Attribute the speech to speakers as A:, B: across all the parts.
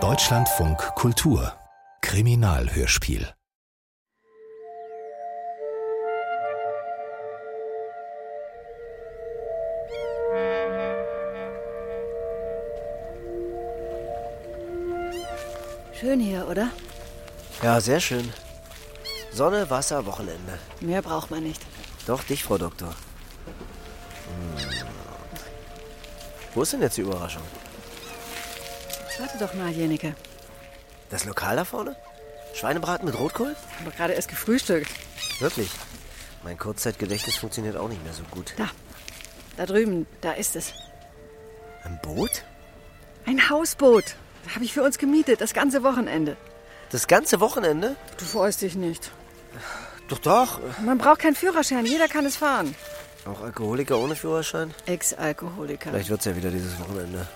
A: Deutschlandfunk Kultur Kriminalhörspiel
B: Schön hier, oder?
C: Ja, sehr schön. Sonne, Wasser, Wochenende.
B: Mehr braucht man nicht.
C: Doch dich, Frau Doktor. Hm. Wo ist denn jetzt die Überraschung?
B: Warte doch mal, Jenike.
C: Das Lokal da vorne? Schweinebraten mit Rotkohl?
B: Haben wir gerade erst gefrühstückt.
C: Wirklich? Mein Kurzzeitgedächtnis funktioniert auch nicht mehr so gut.
B: Da. Da drüben, da ist es.
C: Ein Boot?
B: Ein Hausboot. Habe ich für uns gemietet, das ganze Wochenende.
C: Das ganze Wochenende?
B: Du freust dich nicht.
C: Doch, doch.
B: Man braucht keinen Führerschein, jeder kann es fahren.
C: Auch Alkoholiker ohne Führerschein?
B: Ex-Alkoholiker.
C: Vielleicht wird's ja wieder dieses Wochenende.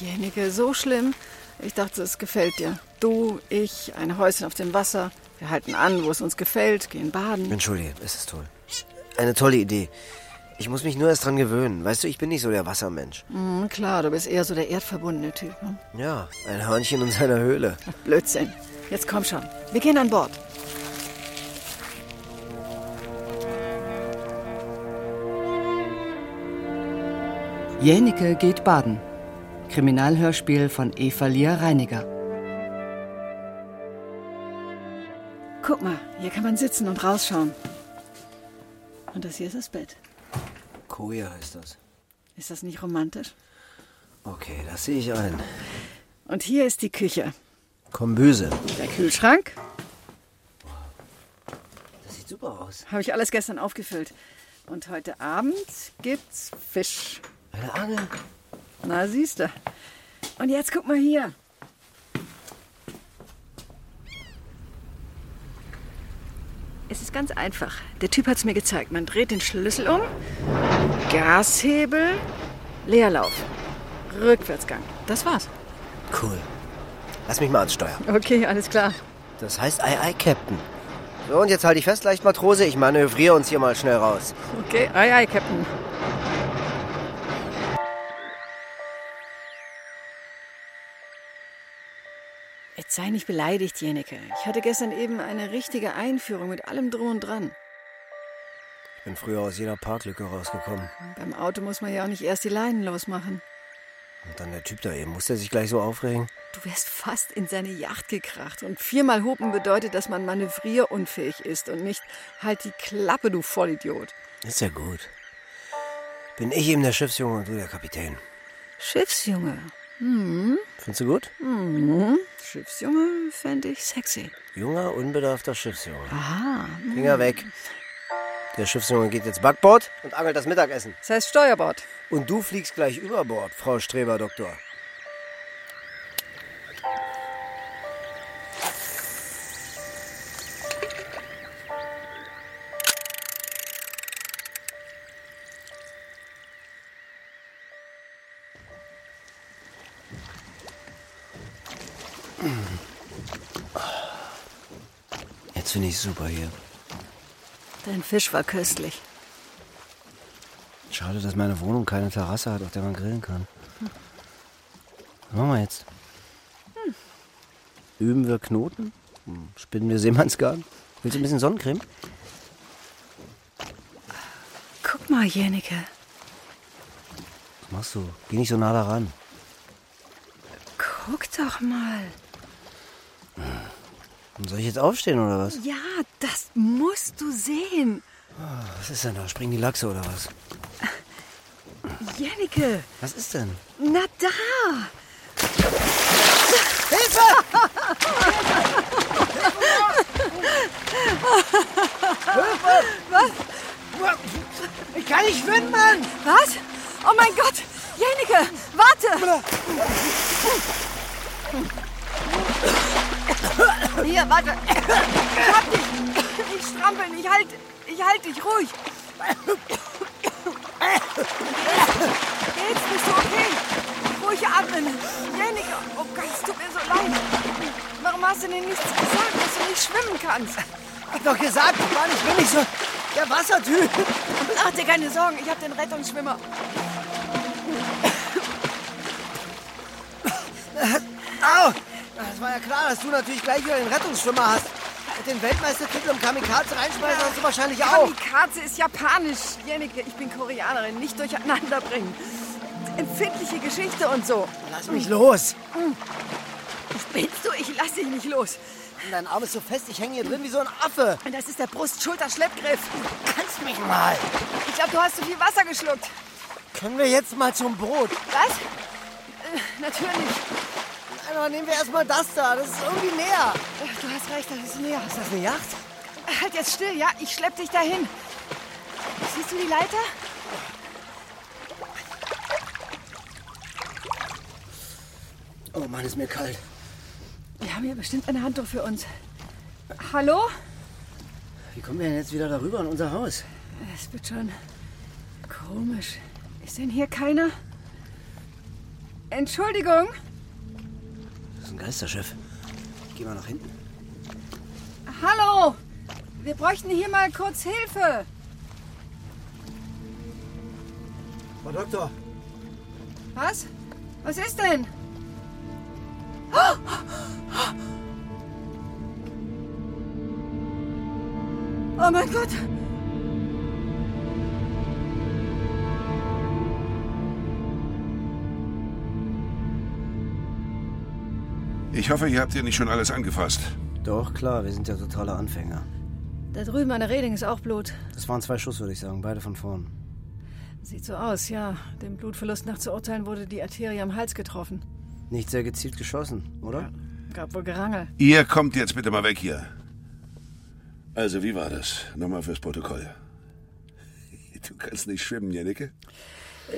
B: Jenike, so schlimm. Ich dachte, es gefällt dir. Du, ich, ein Häuschen auf dem Wasser. Wir halten an, wo es uns gefällt, gehen baden.
C: Entschuldige, es ist toll. Eine tolle Idee. Ich muss mich nur erst dran gewöhnen. Weißt du, ich bin nicht so der Wassermensch.
B: Mhm, klar, du bist eher so der erdverbundene Typ. Ne?
C: Ja, ein Hörnchen in seiner Höhle.
B: Blödsinn. Jetzt komm schon. Wir gehen an Bord.
D: Jänicke geht baden. Kriminalhörspiel von Eva Lia Reiniger.
B: Guck mal, hier kann man sitzen und rausschauen. Und das hier ist das Bett.
C: Koje heißt das.
B: Ist das nicht romantisch?
C: Okay, das sehe ich ein.
B: Und hier ist die Küche.
C: Kombüse.
B: Der Kühlschrank.
C: Das sieht super aus.
B: Habe ich alles gestern aufgefüllt. Und heute Abend gibt's Fisch.
C: Eine Angel.
B: Na, siehst du. Und jetzt guck mal hier. Es ist ganz einfach. Der Typ hat's mir gezeigt. Man dreht den Schlüssel um, Gashebel, Leerlauf, Rückwärtsgang. Das war's.
C: Cool. Lass mich mal ans Steuer.
B: Okay, alles klar.
C: Das heißt Ei Ei Captain. So, und jetzt halte ich fest, Leichtmatrose. Ich manövriere uns hier mal schnell raus.
B: Okay, ei, ei, Captain. Jetzt sei nicht beleidigt, Jeneke. Ich hatte gestern eben eine richtige Einführung mit allem Drohen dran.
C: Ich bin früher aus jeder Parklücke rausgekommen.
B: Beim Auto muss man ja auch nicht erst die Leinen losmachen.
C: Und dann der Typ da eben. Muss der sich gleich so aufregen?
B: Du wärst fast in seine Yacht gekracht. Und viermal hupen bedeutet, dass man manövrierunfähig ist und nicht halt die Klappe, du Vollidiot.
C: Ist ja gut. Bin ich eben der Schiffsjunge und du der Kapitän.
B: Schiffsjunge. Hm,
C: Findest du gut?
B: Schiffsjunge fände ich sexy.
C: Junger, unbedarfter Schiffsjunge.
B: Aha. hm.
C: Finger weg. Der Schiffsjunge geht jetzt Backbord und angelt das Mittagessen.
B: Das heißt Steuerbord.
C: Und du fliegst gleich über Bord, Frau Streber Doktor. Jetzt finde ich super hier.
B: Dein Fisch war köstlich.
C: Schade, dass meine Wohnung keine Terrasse hat, auf der man grillen kann. Was machen wir jetzt? Hm. Üben wir Knoten? Hm, Spinnen wir Seemannsgarn? Willst du ein bisschen Sonnencreme?
B: Guck mal, Jenike.
C: Was machst du? Geh nicht so nah daran.
B: Guck doch mal.
C: Und Hm, soll ich jetzt aufstehen oder was?
B: Ja, das musst du sehen.
C: Ah, Was ist denn da? Springen die Lachse oder was?
B: Jennike,
C: Was ist denn?
B: na da!
C: Ich kann nicht schwimmen, Mann!
B: Was? Oh mein Gott! Jennike, warte! Hier, warte! Ich hab dich! Ich strampel, ich halt, ich halt dich ruhig! Geht's, bist du okay? Ruhig atmen! Jennike, oh Gott, es tut mir so leid! Warum hast du denn nichts gesagt, dass du nicht schwimmen kannst?
C: Hab doch gesagt, Mann, ich bin nicht so der Wassertyp.
B: Mach dir keine Sorgen, ich hab den Rettungsschwimmer.
C: Au! Das war ja klar, dass du natürlich gleich wieder den Rettungsschwimmer hast. Den Weltmeistertitel um Kamikaze reinschmeißen hast du wahrscheinlich auch.
B: Kamikaze ist japanisch. Jennike, ich bin Koreanerin. Nicht durcheinander bringen. Empfindliche Geschichte und so.
C: Lass mich los.
B: Spinnst du? Ich lasse dich nicht los.
C: Dein Arm ist so fest, ich hänge hier drin wie so ein Affe.
B: Und das ist der Brust-Schulter-Schleppgriff.
C: Kannst mich mal.
B: Ich glaube, du hast zu viel Wasser geschluckt.
C: Können wir jetzt mal zum Brot?
B: Was? Äh, natürlich.
C: Nein, aber nehmen wir erstmal das da. Das ist irgendwie näher.
B: Ach, Du hast recht, das ist näher.
C: Ist das eine Yacht?
B: Halt jetzt still, ja? Ich schlepp dich dahin. Siehst du die Leiter?
C: Oh Mann, ist mir kalt.
B: Wir haben hier bestimmt eine Handtuch für uns. Hallo?
C: Wie kommen wir denn jetzt wieder darüber in unser Haus?
B: Es wird schon komisch. Ist denn hier keiner? Entschuldigung.
C: Das ist ein Geisterschiff. Ich geh mal nach hinten.
B: Hallo. Wir bräuchten hier mal kurz Hilfe.
C: Frau Doktor,
B: Was? Was ist denn? Ah! Oh mein Gott.
E: Ich hoffe, ihr habt hier nicht schon alles angefasst.
C: Doch, klar, wir sind ja totale Anfänger.
B: Da drüben an der Reding ist auch Blut.
C: Das waren zwei Schuss, würde ich sagen, beide von vorn.
B: Sieht so aus, ja. Dem Blutverlust nach zu urteilen wurde die Arterie am Hals getroffen.
C: Nicht sehr gezielt geschossen, oder?
B: Gab wohl Gerangel.
E: Ihr kommt jetzt bitte mal weg hier. Also, wie war das? Nochmal fürs Protokoll. Du kannst nicht schwimmen, Jennecke.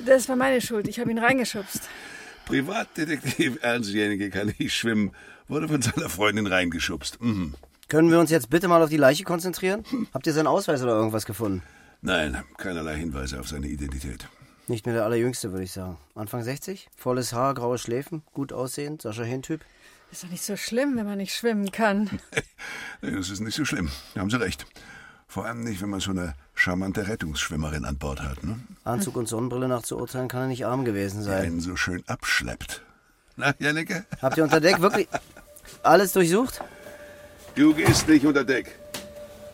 B: Das war meine Schuld. Ich habe ihn reingeschubst.
E: Privatdetektiv Ernst Jennecke kann nicht schwimmen. Wurde von seiner Freundin reingeschubst. Mhm.
C: Können wir uns jetzt bitte mal auf die Leiche konzentrieren? Habt ihr seinen Ausweis oder irgendwas gefunden?
E: Nein, keinerlei Hinweise auf seine Identität.
C: Nicht mehr der allerjüngste, würde ich sagen. Anfang 60? Volles Haar, graue Schläfen, gut aussehend, Sascha Hintyp.
B: Ist doch nicht so schlimm, wenn man nicht schwimmen kann.
E: Nee, Das ist nicht so schlimm. Da haben Sie recht. Vor allem nicht, wenn man so eine charmante Rettungsschwimmerin an Bord hat, ne?
C: Anzug und Sonnenbrille nach zu urteilen, kann er nicht arm gewesen sein.
E: Einen so schön abschleppt. Na, Jennecke?
C: Habt ihr unter Deck wirklich alles durchsucht?
E: Du gehst nicht unter Deck.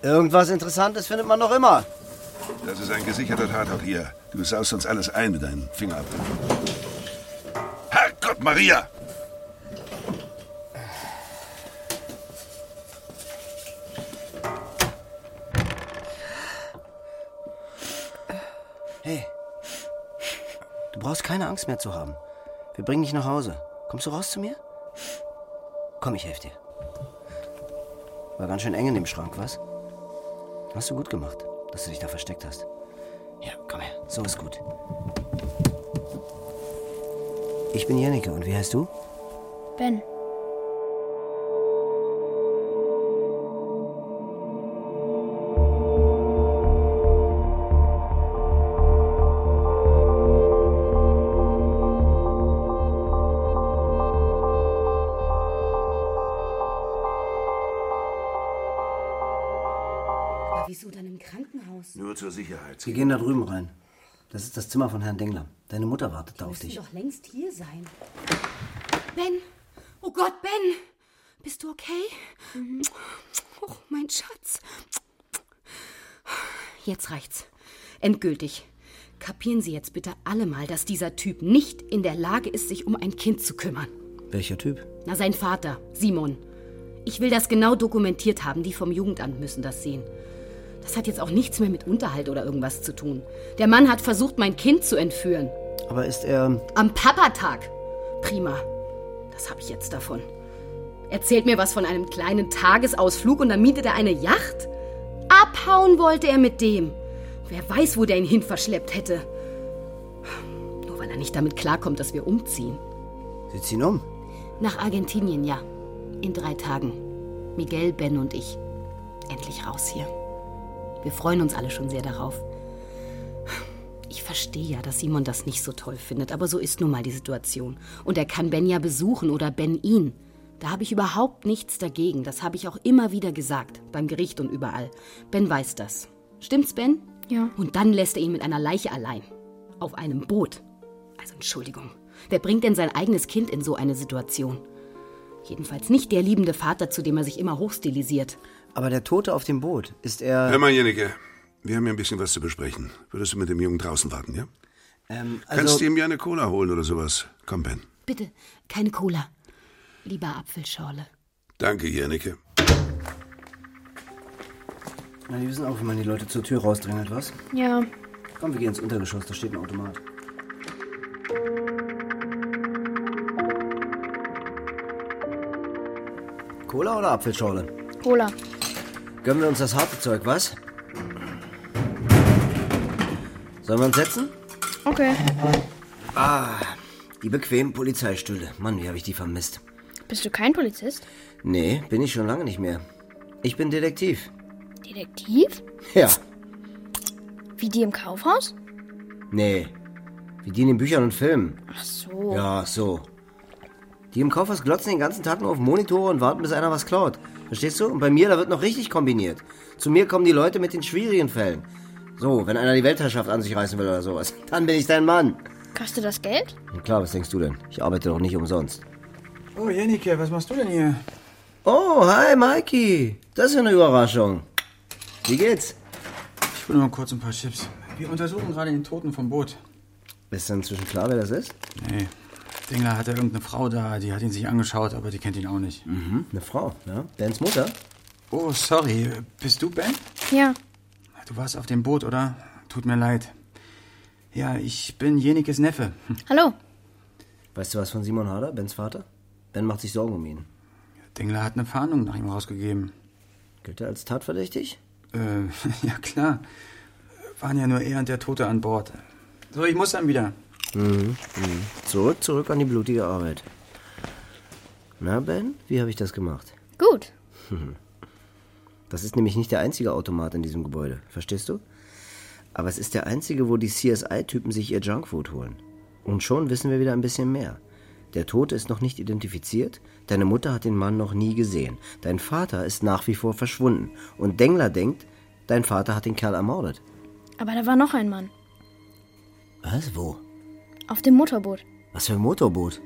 C: Irgendwas Interessantes findet man noch immer.
E: Das ist ein gesicherter Tatort hier. Du saust uns alles ein mit deinem Fingerabdruck. Herrgott, Maria!
C: Hey, du brauchst keine Angst mehr zu haben. Wir bringen dich nach Hause. Kommst du raus zu mir? Komm, ich helfe dir. War ganz schön eng in dem Schrank, was? Hast du gut gemacht, dass du dich da versteckt hast. Ja, komm her. So ist gut. Ich bin Jennike und wie heißt du?
F: Ben.
G: Aber wieso dann im Krankenhaus?
E: Nur zur Sicherheit.
C: Wir gehen da drüben rein. Das ist das Zimmer von Herrn Dengler. Deine Mutter wartet da auf
G: Müssten
C: dich.
G: doch längst hier sein. Ben! Oh Gott, Ben! Bist du okay? Oh, mein Schatz. Jetzt reicht's. Endgültig. Kapieren Sie jetzt bitte alle mal, dass dieser Typ nicht in der Lage ist, sich um ein Kind zu kümmern.
C: Welcher Typ?
G: Na, sein Vater, Simon. Ich will das genau dokumentiert haben. Die vom Jugendamt müssen das sehen. Das hat jetzt auch nichts mehr mit Unterhalt oder irgendwas zu tun. Der Mann hat versucht, mein Kind zu entführen.
C: Aber ist er.
G: Am Papatag. Prima. Das habe ich jetzt davon. Erzählt mir was von einem kleinen Tagesausflug und dann mietet er eine Yacht? Abhauen wollte er mit dem. Wer weiß, wo der ihn hin verschleppt hätte. Nur weil er nicht damit klarkommt, dass wir umziehen.
C: Sie ziehen um.
G: Nach Argentinien, ja. In drei Tagen. Miguel, Ben und ich. Endlich raus hier. Wir freuen uns alle schon sehr darauf. Ich verstehe ja, dass Simon das nicht so toll findet, aber so ist nun mal die Situation. Und er kann Ben ja besuchen oder Ben ihn. Da habe ich überhaupt nichts dagegen. Das habe ich auch immer wieder gesagt. Beim Gericht und überall. Ben weiß das. Stimmt's, Ben?
F: Ja.
G: Und dann lässt er ihn mit einer Leiche allein. Auf einem Boot. Also Entschuldigung. Wer bringt denn sein eigenes Kind in so eine Situation? Jedenfalls nicht der liebende Vater, zu dem er sich immer hochstilisiert.
C: Aber der Tote auf dem Boot, ist er...
E: Hör mal, Jennecke, wir haben ja ein bisschen was zu besprechen. Würdest du mit dem Jungen draußen warten, ja?
C: ähm,
E: Kannst
C: also,
E: du ihm ja eine Cola holen oder sowas? Komm, Ben.
G: Bitte, keine Cola. Lieber Apfelschorle.
E: Danke, Jennecke.
C: na, die wissen auch, wie man die Leute zur Tür rausdrängelt, was?
F: Ja,
C: Komm, wir gehen ins Untergeschoss, da steht ein Automat. Cola oder Apfelschorle?
F: Cola.
C: Gönnen wir uns das harte Zeug, was? Sollen wir uns setzen?
F: Okay.
E: Ah.
C: Die bequemen Polizeistühle. Mann, wie habe ich die vermisst.
F: Bist du kein Polizist?
C: Nee, bin ich schon lange nicht mehr. Ich bin Detektiv.
F: Detektiv?
C: Ja.
F: Wie die im Kaufhaus?
C: Nee. Wie die in den Büchern und Filmen.
F: Ach so.
C: Ja, so. Die im Kaufhaus glotzen den ganzen Tag nur auf Monitore und warten, bis einer was klaut. Verstehst du? Und bei mir, da wird noch richtig kombiniert. Zu mir kommen die Leute mit den schwierigen Fällen. So, wenn einer die Weltherrschaft an sich reißen will oder sowas, dann bin ich dein Mann.
F: Kostet das Geld?
C: Na klar, was denkst du denn? Ich arbeite doch nicht umsonst.
H: Oh, Jennike, was machst du denn hier?
C: Oh, hi, Mikey. Das ist ja eine Überraschung. Wie geht's?
H: Ich will nur kurz ein paar Chips. Wir untersuchen gerade den Toten vom Boot.
C: Bist du inzwischen klar, wer das ist?
H: Nee. Dingler hatte irgendeine Frau da, die hat ihn sich angeschaut, aber die kennt ihn auch nicht.
C: Hm? Eine Frau, ja? Bens Mutter?
H: Oh, sorry. Bist du Ben?
F: Ja.
H: Du warst auf dem Boot, oder? Tut mir leid. Ja, ich bin Jenikes Neffe. Hm.
F: Hallo.
C: Weißt du was von Simon Harder, Bens Vater? Ben macht sich Sorgen um ihn.
H: Dingler hat eine Fahndung nach ihm rausgegeben.
C: Gilt er als tatverdächtig?
H: Äh, ja klar. Waren ja nur er und der Tote an Bord. So, ich muss dann wieder.
C: Mhm. Zurück, zurück an die blutige Arbeit. Na, Ben, wie habe ich das gemacht?
F: Gut.
C: Das ist nämlich nicht der einzige Automat in diesem Gebäude, verstehst du? Aber es ist der einzige, wo die CSI-Typen sich ihr Junkfood holen. Und schon wissen wir wieder ein bisschen mehr. Der Tote ist noch nicht identifiziert, deine Mutter hat den Mann noch nie gesehen, dein Vater ist nach wie vor verschwunden und Dengler denkt, dein Vater hat den Kerl ermordet.
F: Aber da war noch ein Mann.
C: Was? Wo?
F: Auf dem Motorboot.
C: Was für ein Motorboot?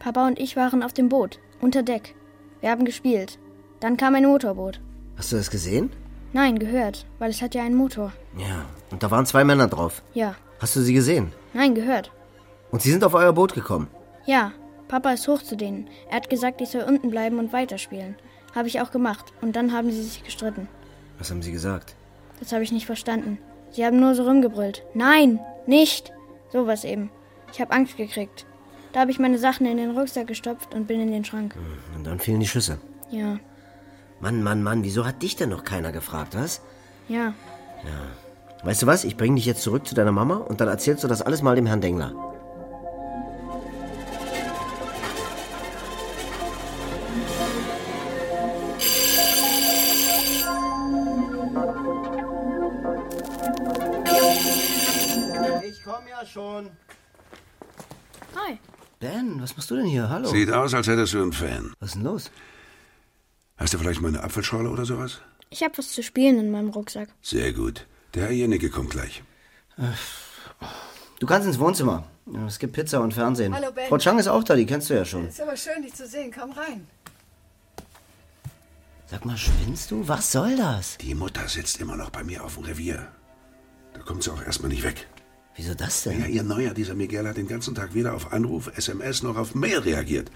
F: Papa und ich waren auf dem Boot. Unter Deck. Wir haben gespielt. Dann kam ein Motorboot.
C: Hast du das gesehen?
F: Nein, gehört. Weil es hat ja einen Motor.
C: Ja. Und da waren zwei Männer drauf.
F: Ja.
C: Hast du sie gesehen?
F: Nein, gehört.
C: Und sie sind auf euer Boot gekommen.
F: Ja. Papa ist hoch zu denen. Er hat gesagt, ich soll unten bleiben und weiterspielen. Habe ich auch gemacht. Und dann haben sie sich gestritten.
C: Was haben sie gesagt?
F: Das habe ich nicht verstanden. Sie haben nur so rumgebrüllt. Nein, nicht. Sowas eben. Ich habe Angst gekriegt. Da habe ich meine Sachen in den Rucksack gestopft und bin in den Schrank.
C: Und dann fielen die Schüsse.
F: Ja,
C: Mann, Mann, Mann, wieso hat dich denn noch keiner gefragt, was?
F: ja.
C: Weißt du was? Ich bringe dich jetzt zurück zu deiner Mama und dann erzählst du das alles mal dem Herrn Dengler. Ich komme ja schon.
F: Hi.
C: Ben, was machst du denn hier? Hallo.
E: Sieht aus, als hättest du einen Fan.
C: Was ist denn los?
E: Hast du vielleicht mal eine Apfelschorle oder sowas?
F: Ich habe was zu spielen in meinem Rucksack.
E: Sehr gut. Der Herr Jennecke kommt gleich.
C: Du kannst ins Wohnzimmer. Ja, Es gibt Pizza und Fernsehen.
B: Hallo, Ben.
C: Frau Chang ist auch da, die kennst du ja schon.
B: Ist aber schön, dich zu sehen. Komm rein.
C: Sag mal, spinnst du? Was soll das?
E: Die Mutter sitzt immer noch bei mir auf dem Revier. Da kommt sie auch erstmal nicht weg.
C: Wieso das
E: Ja,
C: denn?
E: ihr Neuer, dieser Miguel, hat den ganzen Tag weder auf Anruf, SMS noch auf Mail reagiert.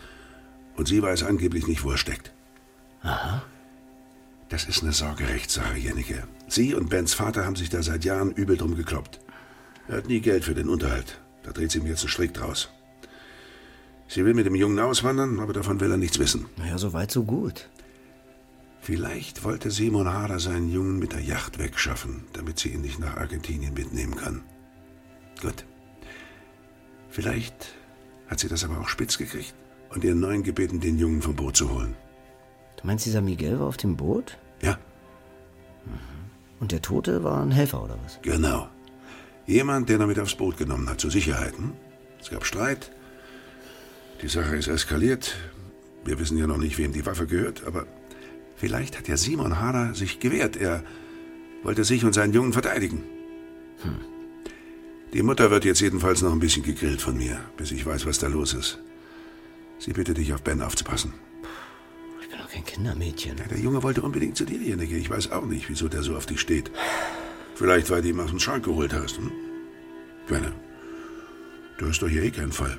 E: Und sie weiß angeblich nicht, wo er steckt. Aha. Das ist eine Sorgerechtssache, Jennecke. Sie und Bens Vater haben sich da seit Jahren übel drum gekloppt. Er hat nie Geld für den Unterhalt. Da dreht sie ihm jetzt einen Strick draus. Sie will mit dem Jungen auswandern, aber davon will er nichts wissen.
C: Naja, so weit, so gut.
E: Vielleicht wollte Simon Hader seinen Jungen mit der Yacht wegschaffen, damit sie ihn nicht nach Argentinien mitnehmen kann. Gut. Vielleicht hat sie das aber auch spitz gekriegt und ihren neuen gebeten, den Jungen vom Boot zu holen.
C: Du meinst, dieser Miguel war auf dem Boot? Mhm.
E: Ja,
C: Und der Tote war ein Helfer oder was?
E: genau. Jemand, der damit aufs Boot genommen hat, zur Sicherheit. Hm? Es gab Streit. Die Sache ist eskaliert. Wir wissen ja noch nicht, wem die Waffe gehört, aber vielleicht hat ja Simon Hader
C: Hm.
E: sich gewehrt. Er wollte sich und seinen Jungen verteidigen. Die Mutter wird jetzt jedenfalls noch ein bisschen gegrillt von mir, bis ich weiß, was da los ist. Sie bittet dich, auf Ben aufzupassen.
C: Ich bin doch kein Kindermädchen.
E: Ja, der Junge wollte unbedingt zu dir, Jennecke. Ich weiß auch nicht, wieso der so auf dich steht. Vielleicht, weil du ihn aus dem Schrank geholt hast, hm? Gerne. Du hast doch hier eh keinen Fall.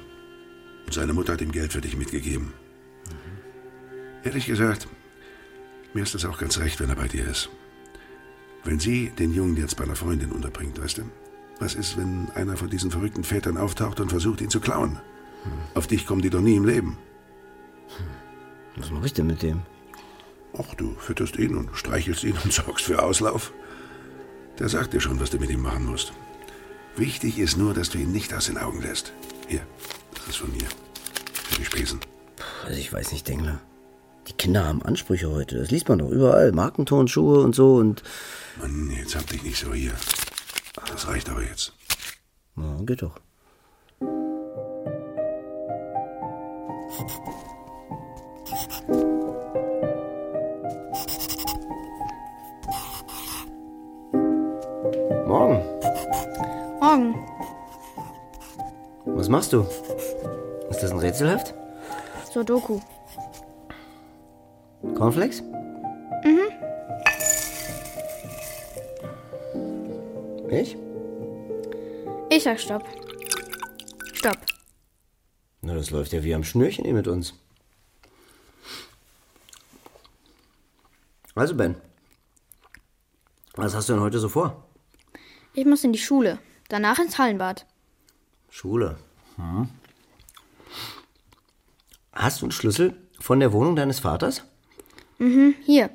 E: Und seine Mutter hat ihm Geld für dich mitgegeben. Mhm. Ehrlich gesagt, mir ist es auch ganz recht, wenn er bei dir ist. Wenn sie den Jungen jetzt bei einer Freundin unterbringt, weißt du? Was ist, wenn einer von diesen verrückten Vätern auftaucht und versucht, ihn zu klauen?
C: Mhm.
E: Auf dich kommen die doch nie im Leben.
C: Hm. Was mache ich denn mit dem?
E: Ach, du fütterst ihn und streichelst ihn und sorgst für Auslauf. Der sagt dir schon, was du mit ihm machen musst. Wichtig ist nur, dass du ihn nicht aus den Augen lässt. Hier, das ist von mir. Für die Spesen.
C: Also ich weiß nicht, Dengler. Die Kinder haben Ansprüche heute. Das liest man doch überall. Markenturnschuhe und so und...
E: Mann, jetzt hab dich nicht so hier. Das reicht aber jetzt.
C: Na, geht doch. Morgen.
F: Morgen.
C: Was machst du? Ist das ein Rätselheft?
F: Sudoku.
C: Cornflakes? Mhm. Ich?
F: Ich sag Stopp. Stopp.
C: Na, das läuft ja wie am Schnürchen hier mit uns. Also, Ben. Was hast du denn heute so vor?
F: Ich muss in die Schule. Danach ins Hallenbad.
C: Schule. Hast du einen Schlüssel von der Wohnung deines Vaters?
F: Mhm, Hier.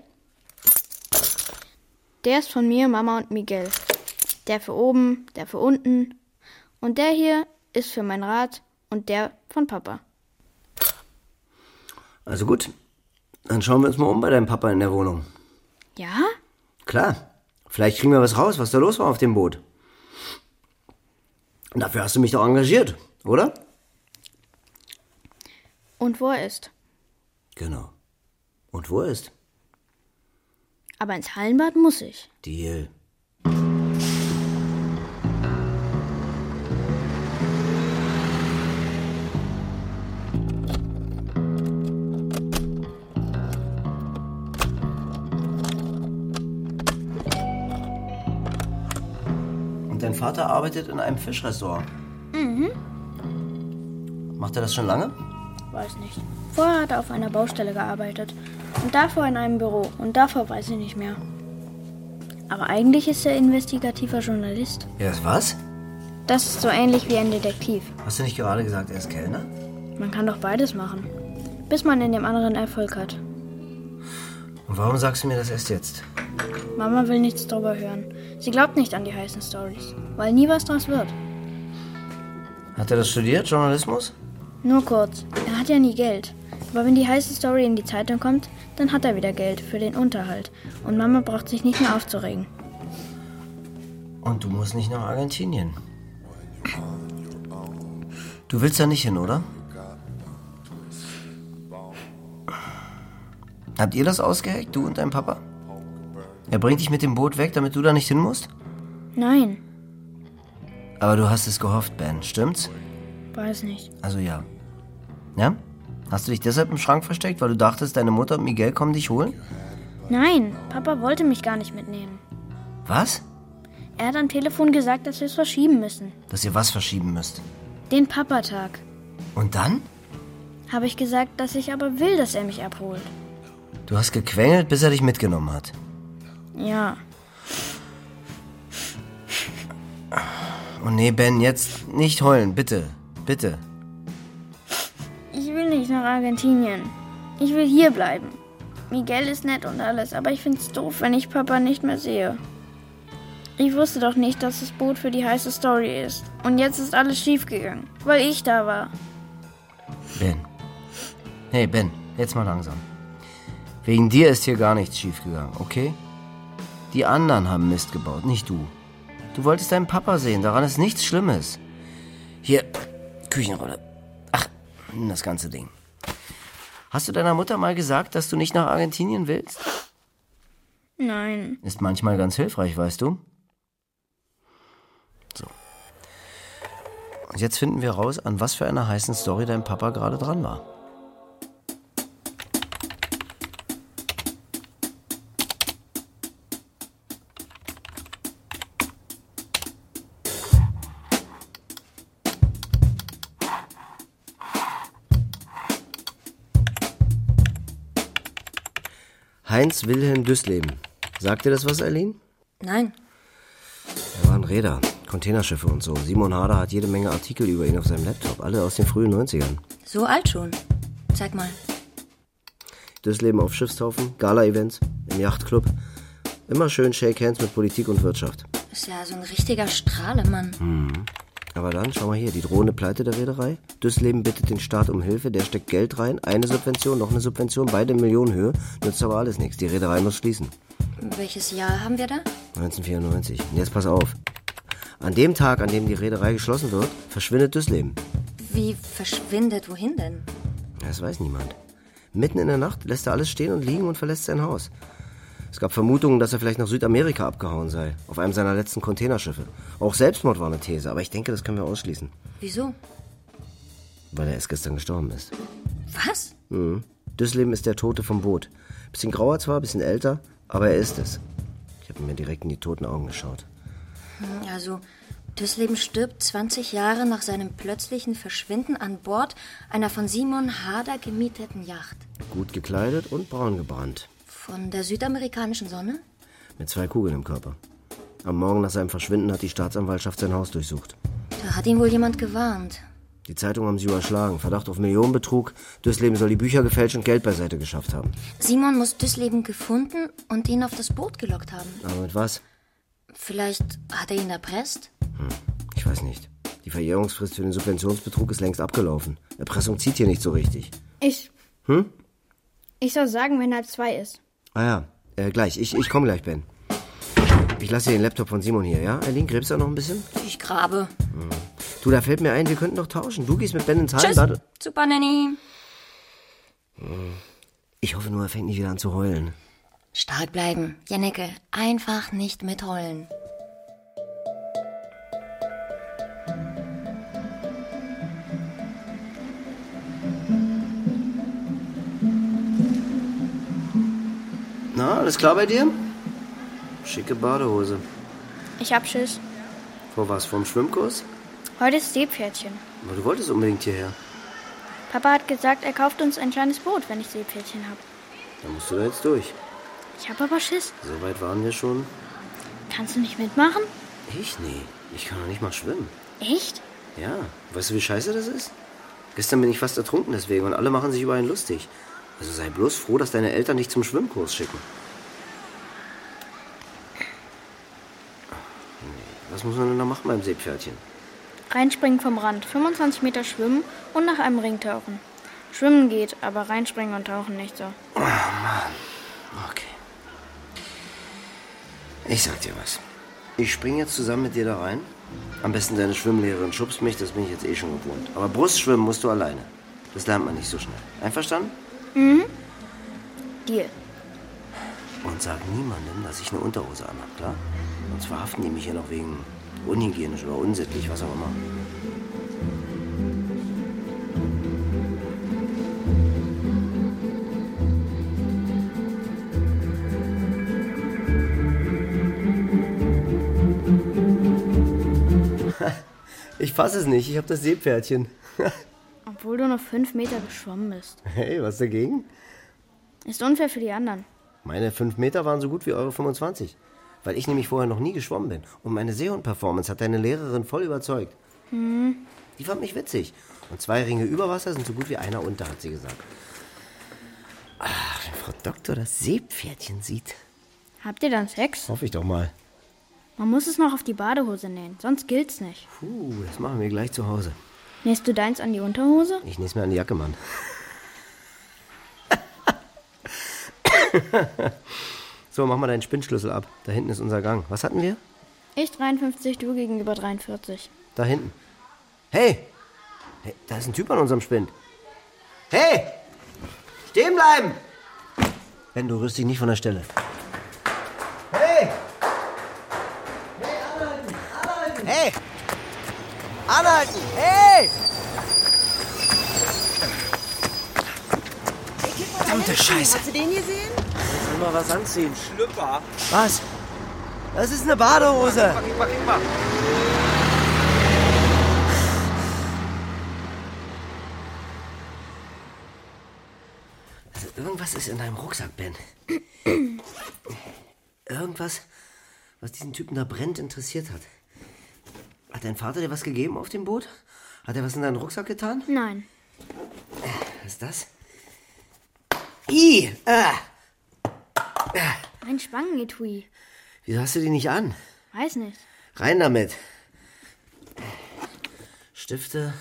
F: Der ist von mir, Mama und Miguel. Der für oben, der für unten. Und der hier ist für mein Rad und der von Papa.
C: Also gut. Dann schauen wir uns mal um bei deinem Papa in der Wohnung.
F: Ja?
C: Klar. Vielleicht kriegen wir was raus, was da los war auf dem Boot. Dafür hast du mich doch engagiert, oder?
F: Und wo er ist.
C: Genau. Und wo er ist?
F: Aber ins Hallenbad muss ich.
C: Deal. Und dein Vater arbeitet in einem Fischrestaurant. Mhm. Macht er das schon lange?
F: Weiß nicht. Vorher hat er auf einer Baustelle gearbeitet. Und davor in einem Büro. Und davor weiß ich nicht mehr. Aber eigentlich ist er investigativer Journalist.
C: Er ist was?
F: Das ist so ähnlich wie ein Detektiv.
C: Hast du nicht gerade gesagt, er ist Kellner?
F: Man kann doch beides machen. Bis man in dem anderen Erfolg hat.
C: Und warum sagst du mir das erst jetzt?
F: Mama will nichts drüber hören. Sie glaubt nicht an die heißen Stories, weil nie was draus wird.
C: Hat er das studiert, Journalismus?
F: Nur kurz, er hat ja nie Geld. Aber wenn die heiße Story in die Zeitung kommt, dann hat er wieder Geld für den Unterhalt. Und Mama braucht sich nicht mehr aufzuregen.
C: Und du musst nicht nach Argentinien. Du willst da nicht hin, oder? Habt ihr das ausgeheckt, du und dein Papa? Er bringt dich mit dem Boot weg, damit du da nicht hin musst?
F: Nein,
C: Aber du hast es gehofft, Ben, stimmt's?
F: weiß nicht.
C: Also ja. Ja? Hast du dich deshalb im Schrank versteckt, weil du dachtest, deine Mutter und Miguel kommen dich holen?
F: Nein, Papa wollte mich gar nicht mitnehmen.
C: Was?
F: Er hat am Telefon gesagt, dass wir es verschieben müssen.
C: Dass ihr was verschieben müsst.
F: Den Papatag.
C: Und dann?
F: Habe ich gesagt, dass ich aber will, dass er mich abholt.
C: Du hast gequengelt, bis er dich mitgenommen hat.
F: Ja,
C: Oh nee, Ben, jetzt nicht heulen, bitte. Bitte.
F: ich will nicht nach Argentinien. Ich will hier bleiben. Miguel ist nett und alles, aber ich find's doof, wenn ich Papa nicht mehr sehe. Ich wusste doch nicht, dass das Boot für die heiße Story ist. Und jetzt ist alles schiefgegangen, weil ich da war.
C: Ben. Hey, Ben, jetzt mal langsam. Wegen dir ist hier gar nichts schiefgegangen, okay? Die anderen haben Mist gebaut, nicht du. Du wolltest deinen Papa sehen, daran ist nichts Schlimmes. Hier, Küchenrolle. Ach, nimm das ganze Ding. Hast du deiner Mutter mal gesagt, dass du nicht nach Argentinien willst?
F: Nein,
C: Ist manchmal ganz hilfreich, weißt du? So. Und jetzt finden wir raus, an was für einer heißen Story dein Papa gerade dran war. Heinz Wilhelm Düssleben. Sagt dir das was, Eileen?
I: Nein.
C: Er war ein Räder, Containerschiffe und so. Simon Hader hat jede Menge Artikel über ihn auf seinem Laptop, alle aus den frühen 90ern.
I: So alt schon. Zeig mal.
C: Düssleben auf Schiffstaufen, Gala-Events, im Yachtclub. Immer schön Shake Hands mit Politik und Wirtschaft.
I: Ist ja so ein richtiger Strahlemann.
C: Aber dann, schau mal hier, die drohende Pleite der Reederei. Düssleben bittet den Staat um Hilfe, der steckt Geld rein, eine Subvention, noch eine Subvention, beide in Millionenhöhe. Nützt aber alles nichts, die Reederei muss schließen.
I: Welches Jahr haben wir da?
C: 1994. Und jetzt pass auf. An dem Tag, an dem die Reederei geschlossen wird, verschwindet Düssleben.
I: Wie verschwindet? Wohin denn?
C: Das weiß niemand. Mitten in der Nacht lässt er alles stehen und liegen und verlässt sein Haus. Es gab Vermutungen, dass er vielleicht nach Südamerika abgehauen sei, auf einem seiner letzten Containerschiffe. Auch Selbstmord war eine These, aber ich denke, das können wir ausschließen,
I: Wieso?
C: weil er erst gestern gestorben ist.
I: Was?
C: Mhm. Düssleben ist der Tote vom Boot. Bisschen grauer zwar, bisschen älter, aber er ist es. Ich habe mir direkt in die toten Augen geschaut.
I: Also, Düssleben stirbt 20 Jahre nach seinem plötzlichen Verschwinden an Bord einer von Simon Hader gemieteten Yacht.
C: Gut gekleidet und braun gebrannt.
I: Von der südamerikanischen Sonne?
C: Mit zwei Kugeln im Körper. Am Morgen nach seinem Verschwinden hat die Staatsanwaltschaft sein Haus durchsucht.
I: Da hat ihn wohl jemand gewarnt.
C: Die Zeitung haben sie überschlagen. Verdacht auf Millionenbetrug. Düssleben soll die Bücher gefälscht und Geld beiseite geschafft haben.
I: Simon muss Düssleben gefunden und ihn auf das Boot gelockt haben.
C: Aber mit was? Hm,
I: Vielleicht hat er ihn erpresst?
C: Ich weiß nicht. Die Verjährungsfrist für den Subventionsbetrug ist längst abgelaufen. Erpressung zieht hier nicht so richtig.
F: Ich. Hm? Ich soll sagen, wenn er zwei ist.
C: Ah ja, äh, gleich. Ich, ich komme gleich, Ben. Ich lasse hier den Laptop von Simon hier, ja? Eileen, gräbst du da noch ein bisschen? Hm.
I: Ich grabe.
C: Du, da fällt mir ein, wir könnten doch tauschen. Du gehst mit Ben ins Hallenbad. Hm.
I: Super Nanny.
C: Ich hoffe nur, er fängt nicht wieder an zu heulen.
I: Stark bleiben, Jennecke. Einfach nicht mitheulen.
C: Na, alles klar bei dir? Schicke Badehose.
F: Ich hab Schiss.
C: Vor was? Vom Schwimmkurs?
F: Heute ist Seepferdchen.
C: Aber du wolltest unbedingt hierher.
F: Papa hat gesagt, er kauft uns ein kleines Boot, wenn ich Seepferdchen hab.
C: Da musst du da jetzt durch.
F: Ich hab aber Schiss.
C: So weit waren wir schon.
F: Kannst du nicht mitmachen?
C: Ich? Nee. Ich kann doch nicht mal schwimmen.
F: Echt?
C: Ja. Weißt du, wie scheiße das ist? Gestern bin ich fast ertrunken deswegen und alle machen sich über einen lustig. Also sei bloß froh, dass deine Eltern dich zum Schwimmkurs schicken. Nee. Was muss man denn da machen beim Seepferdchen?
F: Reinspringen vom Rand, 25 Meter schwimmen und nach einem Ring tauchen. Schwimmen geht, aber reinspringen und tauchen nicht so.
C: Oh, Okay. Ich sag dir was. Ich spring jetzt zusammen mit dir da rein. Am besten deine Schwimmlehrerin schubst mich, das bin ich jetzt eh schon gewohnt. Aber Brustschwimmen musst du alleine. Das lernt man nicht so schnell. Einverstanden?
F: Mhm. Deal.
C: Und sag niemandem, dass ich eine Unterhose anhab, klar? Sonst verhaften die mich ja noch wegen unhygienisch oder unsittlich, was auch immer. Ich fasse es nicht, ich habe das Seepferdchen.
F: Obwohl du nur 5 Meter geschwommen bist.
C: Hey, was dagegen?
F: Ist unfair für die anderen.
C: Meine 5 Meter waren so gut wie eure 25. Weil ich nämlich vorher noch nie geschwommen bin. Und meine Seehund-Performance hat deine Lehrerin voll überzeugt.
F: Mhm.
C: Die fand mich witzig. Und zwei Ringe über Wasser sind so gut wie einer unter, hat sie gesagt. Ach, wenn Frau Doktor das Seepferdchen sieht.
F: Habt ihr dann Sex?
C: Hoffe ich doch mal.
F: Man muss es noch auf die Badehose nähen, sonst gilt's nicht.
C: Puh, Uh, das machen wir gleich zu Hause.
F: Nähst du deins an die Unterhose?
C: Ich näh's mir an die Jacke, Mann. so, mach mal deinen Spinnschlüssel ab. Da hinten ist unser Gang. Was hatten wir?
F: Ich 53, du gegenüber 43.
C: Da hinten. Hey! hey da ist ein Typ an unserem Spind. Hey! Stehen bleiben! Ben, du rührst dich nicht von der Stelle. Hey! Hey, anhalten! Anhalten! Hey! anhalten! Hey!
B: Verdammte Scheiße.
J: Hast du den gesehen?
C: Soll mal was anziehen.
J: Schlüpper.
C: Was? Das ist eine Badehose.
J: Guck mal, guck mal.
C: Also irgendwas ist in deinem Rucksack, Ben. irgendwas, was diesen Typen da brennt, interessiert hat. Hat dein Vater dir was gegeben auf dem Boot? Hat er was in deinen Rucksack getan?
K: Nein.
C: Was ist das? I! Äh,
K: Ein Spangenetui.
C: wieso hast du die nicht an?
K: Weiß nicht.
C: Rein damit. Stifte,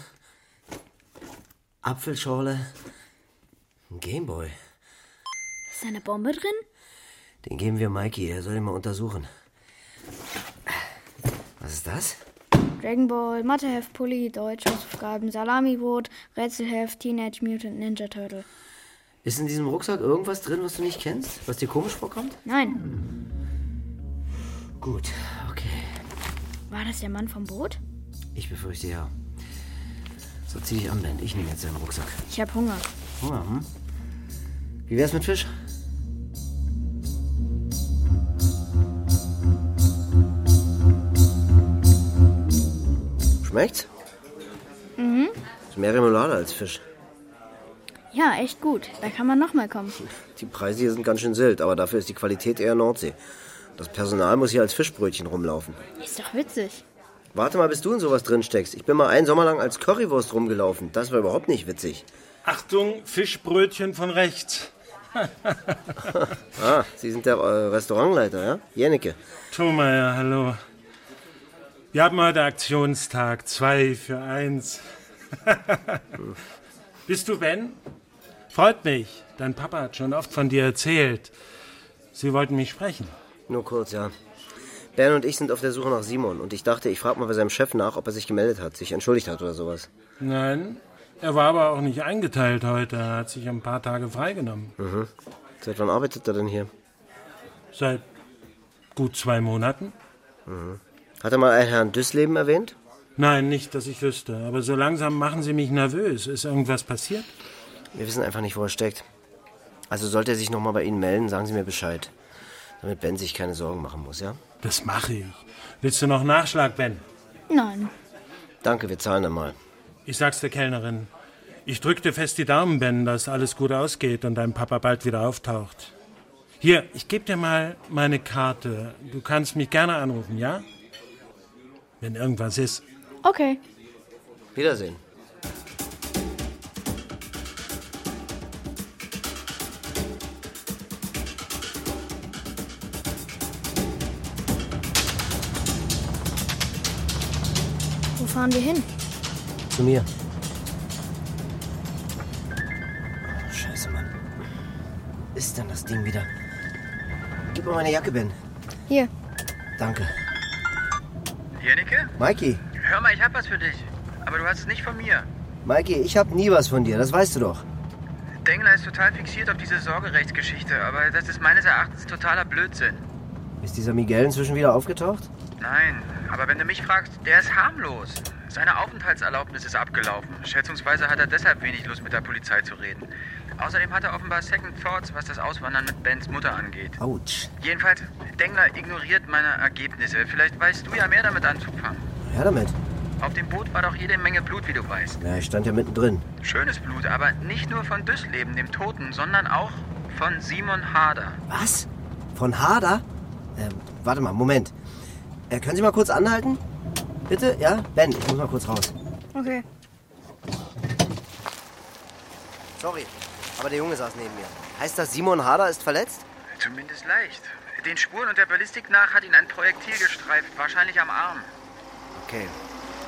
C: Apfelschorle, ein Gameboy.
K: Ist da eine Bombe drin?
C: Den geben wir Mikey, er soll ihn mal untersuchen. Was ist das?
K: Dragon Ball, Matheheft, Pulli, Deutsch, Hausaufgaben, Salamibrot, Rätselheft, Teenage Mutant Ninja Turtle.
C: Ist in diesem Rucksack irgendwas drin, was du nicht kennst? Was dir komisch vorkommt?
K: Nein.
C: Gut, okay.
K: War das der Mann vom Boot?
C: Ich befürchte ja. So zieh dich an, Ben. Ich nehme jetzt deinen Rucksack.
K: Ich hab Hunger.
C: Hunger, hm? Wie wär's mit Fisch? Schmeckt's?
K: Mhm.
C: Ist mehr Remoulade als Fisch.
K: Ja, echt gut. Da kann man nochmal kommen.
C: Die Preise hier sind ganz schön wild, aber dafür ist die Qualität eher Nordsee. Das Personal muss hier als Fischbrötchen rumlaufen.
K: Ist doch witzig.
C: Warte mal, bis du in sowas drin steckst. Ich bin mal einen Sommer lang als Currywurst rumgelaufen. Das war überhaupt nicht witzig.
L: Achtung, Fischbrötchen von rechts.
C: Ah, Sie sind der äh, Restaurantleiter, ja? Jennecke.
L: Thomeyer, hallo. Wir haben heute Aktionstag, zwei für eins. Bist du Ben? Freut mich. Dein Papa hat schon oft von dir erzählt. Sie wollten mich sprechen.
C: Nur kurz, ja. Ben und ich sind auf der Suche nach Simon und ich dachte, ich frage mal bei seinem Chef nach, ob er sich gemeldet hat, sich entschuldigt hat oder sowas.
L: Nein, er war aber auch nicht eingeteilt heute. Er hat sich ein paar Tage freigenommen.
C: Mhm. Seit wann arbeitet er denn hier?
L: Seit gut zwei Monaten.
C: Mhm. Hat er mal einen Herrn Düssleben erwähnt?
L: Nein, nicht, dass ich wüsste. Aber so langsam machen sie mich nervös. Ist irgendwas passiert?
C: Wir wissen einfach nicht, wo er steckt. Also sollte er sich nochmal bei Ihnen melden, sagen Sie mir Bescheid. Damit Ben sich keine Sorgen machen muss, ja?
L: Das mache ich. Willst du noch Nachschlag, Ben?
K: Nein.
C: Danke, wir zahlen einmal.
L: Ich sag's der Kellnerin. Ich drück dir fest die Daumen, Ben, dass alles gut ausgeht und dein Papa bald wieder auftaucht. Hier, ich gebe dir mal meine Karte. Du kannst mich gerne anrufen, ja? Wenn irgendwas ist.
K: Okay.
C: Wiedersehen.
K: Wo fahren wir hin?
C: Zu mir. Oh, Scheiße, Mann. Ist denn das Ding wieder? Gib mir meine Jacke, Ben.
K: Hier.
C: Danke.
J: Jennecke?
C: Mikey,
J: Hör mal, ich hab was für dich. Aber du hast es nicht von mir.
C: Mikey, ich hab nie was von dir, das weißt du doch.
J: Dengler ist total fixiert auf diese Sorgerechtsgeschichte, aber das ist meines Erachtens totaler Blödsinn.
C: Ist dieser Miguel inzwischen wieder aufgetaucht?
J: Nein, aber wenn du mich fragst, der ist harmlos. Seine Aufenthaltserlaubnis ist abgelaufen. Schätzungsweise hat er deshalb wenig Lust, mit der Polizei zu reden. Außerdem hat er offenbar Second Thoughts, was das Auswandern mit Bens Mutter angeht.
C: Autsch.
J: Jedenfalls, Dengler ignoriert meine Ergebnisse. Vielleicht weißt du ja mehr damit anzufangen.
C: Her damit.
J: Auf dem Boot war doch jede Menge Blut, wie du weißt.
C: Ja, ich stand ja mittendrin.
J: Schönes Blut, aber nicht nur von Düssleben, dem Toten, sondern auch von Simon Harder.
C: Was? Von Hader? Ähm, warte mal, Moment. Äh, können Sie mal kurz anhalten? Bitte? Ja? Ben, ich muss mal kurz raus.
K: Okay.
C: Sorry, aber der Junge saß neben mir. Heißt das, Simon Hader ist verletzt?
J: Zumindest leicht. Den Spuren und der Ballistik nach hat ihn ein Projektil gestreift, wahrscheinlich am Arm.
C: Okay.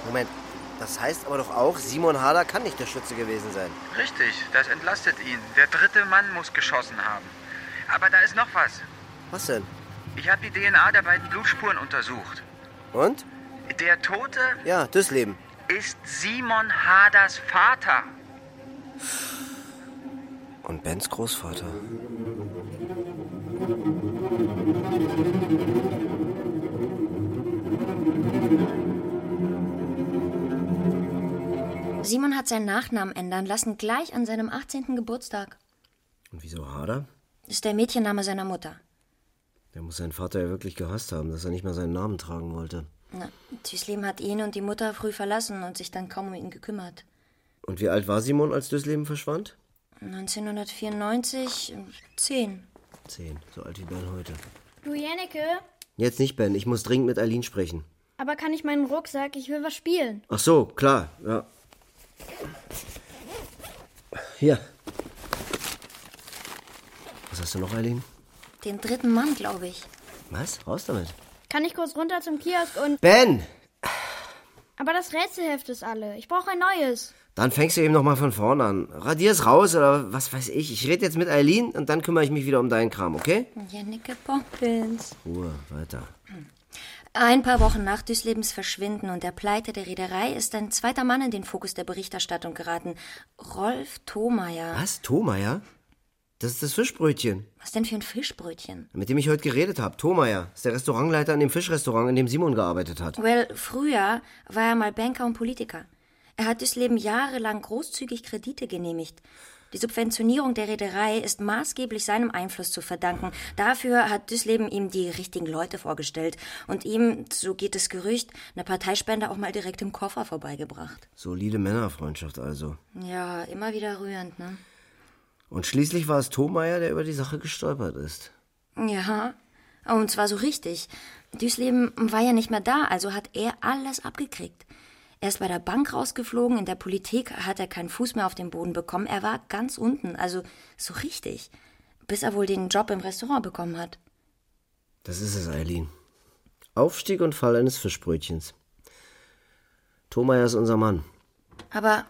C: Moment. Das heißt aber doch auch, Simon Hader kann nicht der Schütze gewesen sein.
J: Richtig, das entlastet ihn. Der dritte Mann muss geschossen haben. Aber da ist noch was.
C: Was denn?
J: Ich habe die DNA der beiden Blutspuren untersucht.
C: Und?
J: Der Tote
C: Ja, Düssleben.
J: ist Simon Haders Vater.
C: Und Bens Großvater.
I: Simon hat seinen Nachnamen ändern lassen, gleich an seinem 18. Geburtstag.
C: Und wieso Hader?
I: Ist der Mädchenname seiner Mutter.
C: Der muss seinen Vater ja wirklich gehasst haben, dass er nicht mal seinen Namen tragen wollte.
I: Na, Tüsleben hat ihn und die Mutter früh verlassen und sich dann kaum um ihn gekümmert.
C: Und wie alt war Simon, als Düssleben verschwand?
I: 1994, 10.
C: Zehn. So alt wie Ben heute.
K: Du, Jennecke?
C: Jetzt nicht, Ben. Ich muss dringend mit Eileen sprechen.
K: Aber kann ich meinen Rucksack? Ich will was spielen.
C: Ach so, klar. Ja. Hier. Was hast du noch, Eileen?
I: Den dritten Mann, glaube ich.
C: Was? Raus damit.
K: Kann ich kurz runter zum Kiosk und...
C: Ben!
K: Aber das Rätselheft ist alle. Ich brauche ein neues.
C: Dann fängst du eben nochmal von vorne an. Radier's raus oder was weiß ich. Ich rede jetzt mit Eileen und dann kümmere ich mich wieder um deinen Kram, okay?
I: Jennecke Poppins.
C: Ruhe, weiter.
I: Ein paar Wochen nach Düslebens Verschwinden und der Pleite der Reederei ist ein zweiter Mann in den Fokus der Berichterstattung geraten. Rolf Thomeyer.
C: Was? Thomeyer? Das ist das Fischbrötchen,
I: Was denn für ein Fischbrötchen?
C: mit dem ich heute geredet habe. Thomeyer ist der Restaurantleiter in dem Fischrestaurant, in dem Simon gearbeitet hat.
I: Well, früher war er mal Banker und Politiker. Er hat Düsleben jahrelang großzügig Kredite genehmigt. Die Subventionierung der Reederei ist maßgeblich seinem Einfluss zu verdanken. Dafür hat Düsleben ihm die richtigen Leute vorgestellt und ihm, so geht das Gerücht, eine Parteispende auch mal direkt im Koffer vorbeigebracht.
C: Solide Männerfreundschaft also.
I: Ja, immer wieder rührend, ne?
C: Und schließlich war es Thomeyer, der über die Sache gestolpert ist.
I: Ja, Oh, und zwar so richtig. Düsleben war ja nicht mehr da, also hat er alles abgekriegt. Er ist bei der Bank rausgeflogen, in der Politik hat er keinen Fuß mehr auf den Boden bekommen, er war ganz unten, also so richtig. Bis er wohl den Job im Restaurant bekommen hat.
C: Das ist es, Eileen. Aufstieg und Fall eines Fischbrötchens. Thomeyer ist unser Mann.
I: Aber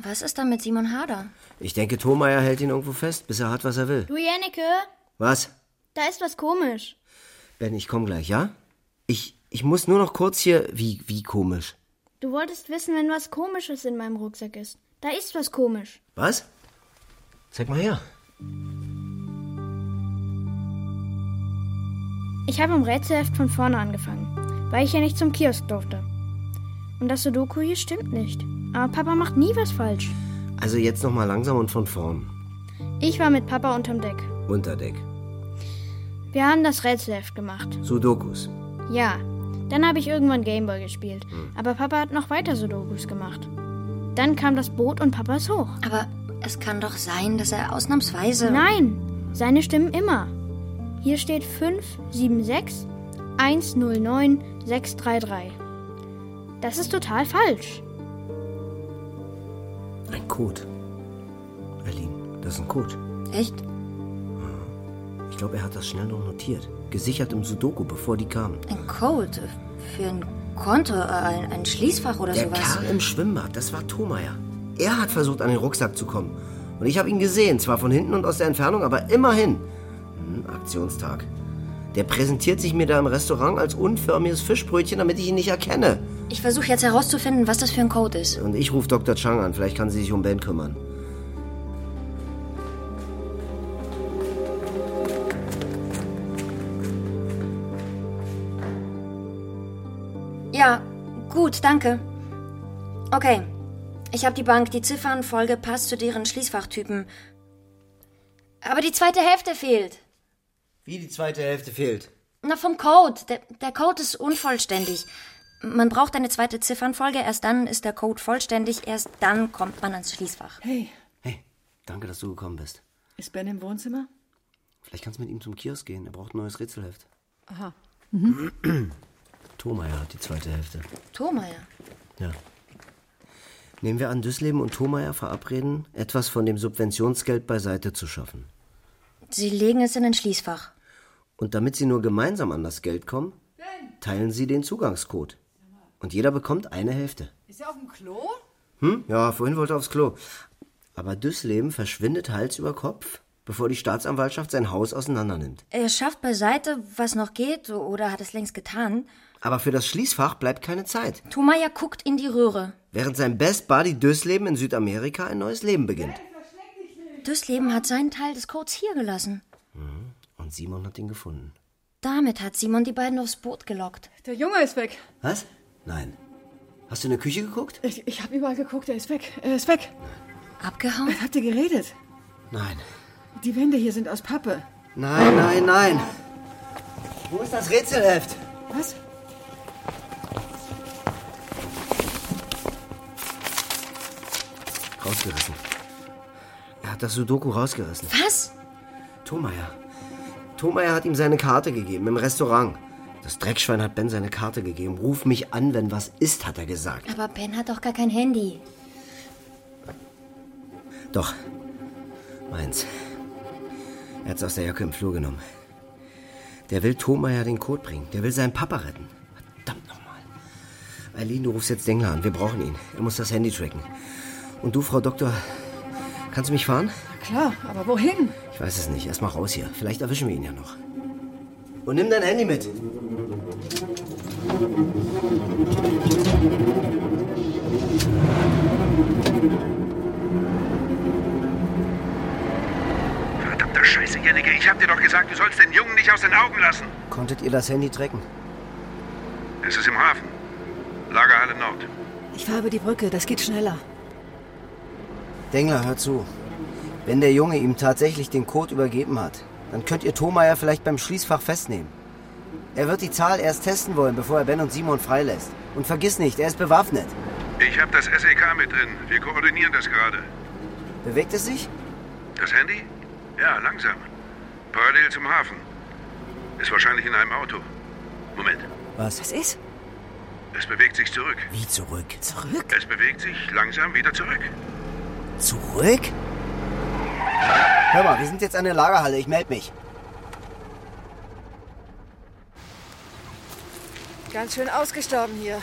I: was ist dann mit Simon Hader?
C: Ich denke, Thomeyer hält ihn irgendwo fest, bis er hat, was er will.
K: Du, Jennecke?
C: Was?
K: Da ist was komisch.
C: Ben, ich komm gleich, ja? Ich, ich muss nur noch kurz hier. Wie, wie komisch.
K: Du wolltest wissen, wenn was Komisches in meinem Rucksack ist. Da ist was komisch.
C: Was? Zeig mal her.
K: Ich habe im Rätselheft von vorne angefangen, weil ich ja nicht zum Kiosk durfte. Und das Sudoku hier stimmt nicht. Aber Papa macht nie was falsch.
C: Also jetzt nochmal langsam und von vorn.
K: Ich war mit Papa unterm Deck.
C: Unter Deck.
K: Wir haben das Rätselheft gemacht.
C: Sudokus.
K: Ja. Dann habe ich irgendwann Gameboy gespielt. Aber Papa hat noch weiter Sudokus gemacht. Dann kam das Boot und Papa ist hoch.
I: Aber es kann doch sein, dass er ausnahmsweise.
K: Nein, seine stimmen immer. Hier steht 576 109 633. Das ist total falsch.
C: Ein Code. Eileen, das ist ein Code.
I: Echt?
C: Ich glaube, er hat das schnell noch notiert. Gesichert im Sudoku, bevor die kamen.
I: Ein Code für ein Konto, äh, ein, ein Schließfach oder
C: Der
I: sowas.
C: Kerl im Schwimmbad, das war Thomeyer. Er hat versucht, an den Rucksack zu kommen. Und ich habe ihn gesehen, zwar von hinten und aus der Entfernung, aber immerhin. Hm, Aktionstag. Der präsentiert sich mir da im Restaurant als unförmiges Fischbrötchen, damit ich ihn nicht erkenne.
I: Ich versuche jetzt herauszufinden, was das für ein Code ist.
C: Und ich rufe Dr. Chang an, vielleicht kann sie sich um Ben kümmern.
I: Ja, gut, danke. Okay, ich habe die Bank, die Ziffernfolge passt zu deren Schließfachtypen. Aber die zweite Hälfte fehlt.
C: Wie die zweite Hälfte fehlt.
I: Na, vom Code. Der, der Code ist unvollständig. Man braucht eine zweite Ziffernfolge, erst dann ist der Code vollständig, erst dann kommt man ans Schließfach.
B: Hey,
C: Danke, dass du gekommen bist.
B: ist Ben im Wohnzimmer?
C: Vielleicht kannst du mit ihm zum Kiosk gehen. Er braucht ein neues Rätselheft.
B: Aha.
I: Mhm.
C: Thomeyer hat die zweite Hälfte.
I: Thomeyer.
C: Ja. Nehmen wir an, Düssleben und Thomeyer verabreden, etwas von dem Subventionsgeld beiseite zu schaffen.
I: Sie legen es in ein Schließfach.
C: Und damit sie nur gemeinsam an das Geld kommen, teilen sie den Zugangscode. Und jeder bekommt eine Hälfte.
M: Ist er auf dem Klo?
C: Hm? Ja, vorhin wollte er aufs Klo. Aber Düssleben verschwindet Hals über Kopf, bevor die Staatsanwaltschaft sein Haus auseinandernimmt.
I: Er schafft beiseite, was noch geht, oder hat es längst getan.
C: Aber für das Schließfach bleibt keine Zeit,
I: Thomeyer guckt in die Röhre.
C: während sein Best Buddy Düssleben in Südamerika ein neues Leben beginnt.
I: Düssleben hat seinen Teil des Codes hier gelassen.
C: Und Simon hat ihn gefunden.
I: Damit hat Simon die beiden aufs Boot gelockt.
M: Der Junge ist weg.
C: Was? Nein. Hast du in der Küche geguckt?
B: Ich, ich habe überall geguckt, er ist weg. Er ist weg.
I: Abgehauen?
B: Habt ihr geredet?
C: Nein.
B: Die Wände hier sind aus Pappe.
C: Nein, nein, nein. Wo ist das Rätselheft?
B: Was?
C: Rausgerissen. Er hat das Sudoku rausgerissen.
I: Was?
C: Thomeyer. Thomeyer hat ihm seine Karte gegeben im Restaurant. Das Dreckschwein hat Ben seine Karte gegeben. Ruf mich an, wenn was ist, hat er gesagt.
I: Aber Ben hat doch gar kein Handy.
C: Doch. Meins. Er hat's aus der Jacke im Flur genommen. Der will Thomeyer den Code bringen. Der will seinen Papa retten. Verdammt nochmal. Eileen, du rufst jetzt Dengler an. Wir brauchen ihn. Er muss das Handy tracken. Und du, Frau Doktor, kannst du mich fahren?
B: Klar, aber wohin?
C: Ich weiß es nicht. Erstmal raus hier. Vielleicht erwischen wir ihn ja noch. Und nimm dein Handy mit.
E: Verdammte Scheiße, Jennecke, ich hab dir doch gesagt, du sollst den Jungen nicht aus den Augen lassen.
C: Konntet ihr das Handy tracken?
E: Es ist im Hafen. Lagerhalle Nord.
B: Ich fahre über die Brücke, das geht schneller.
C: Dengler, hör zu. Wenn der Junge ihm tatsächlich den Code übergeben hat, dann könnt ihr Thomeyer vielleicht beim Schließfach festnehmen. Er wird die Zahl erst testen wollen, bevor er Ben und Simon freilässt. Und vergiss nicht, er ist bewaffnet.
E: Ich hab das SEK mit drin. Wir koordinieren das gerade.
C: Bewegt es sich?
E: Das Handy? Ja, langsam. Parallel zum Hafen. Ist wahrscheinlich in einem Auto. Moment.
C: Was?
B: Was ist?
E: Es bewegt sich zurück.
C: Wie zurück?
B: Zurück?
E: Es bewegt sich langsam wieder zurück.
C: Zurück? Hör mal, wir sind jetzt an der Lagerhalle. Ich melde mich.
B: Ganz schön ausgestorben hier.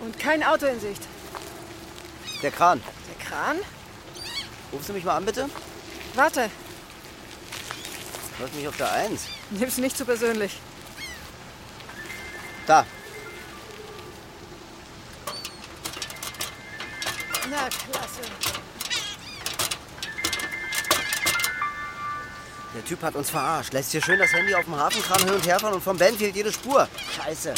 B: Und kein Auto in Sicht.
C: Der Kran.
B: Der Kran?
C: Rufst du mich mal an, bitte?
B: Warte,
C: Läuft mich auf der Eins.
B: nimm's nicht zu persönlich.
C: Da.
B: Na, klasse.
C: Der Typ hat uns verarscht. Lässt hier schön das Handy auf dem Hafenkran hin und her fahren und vom Ben fehlt jede Spur. Scheiße.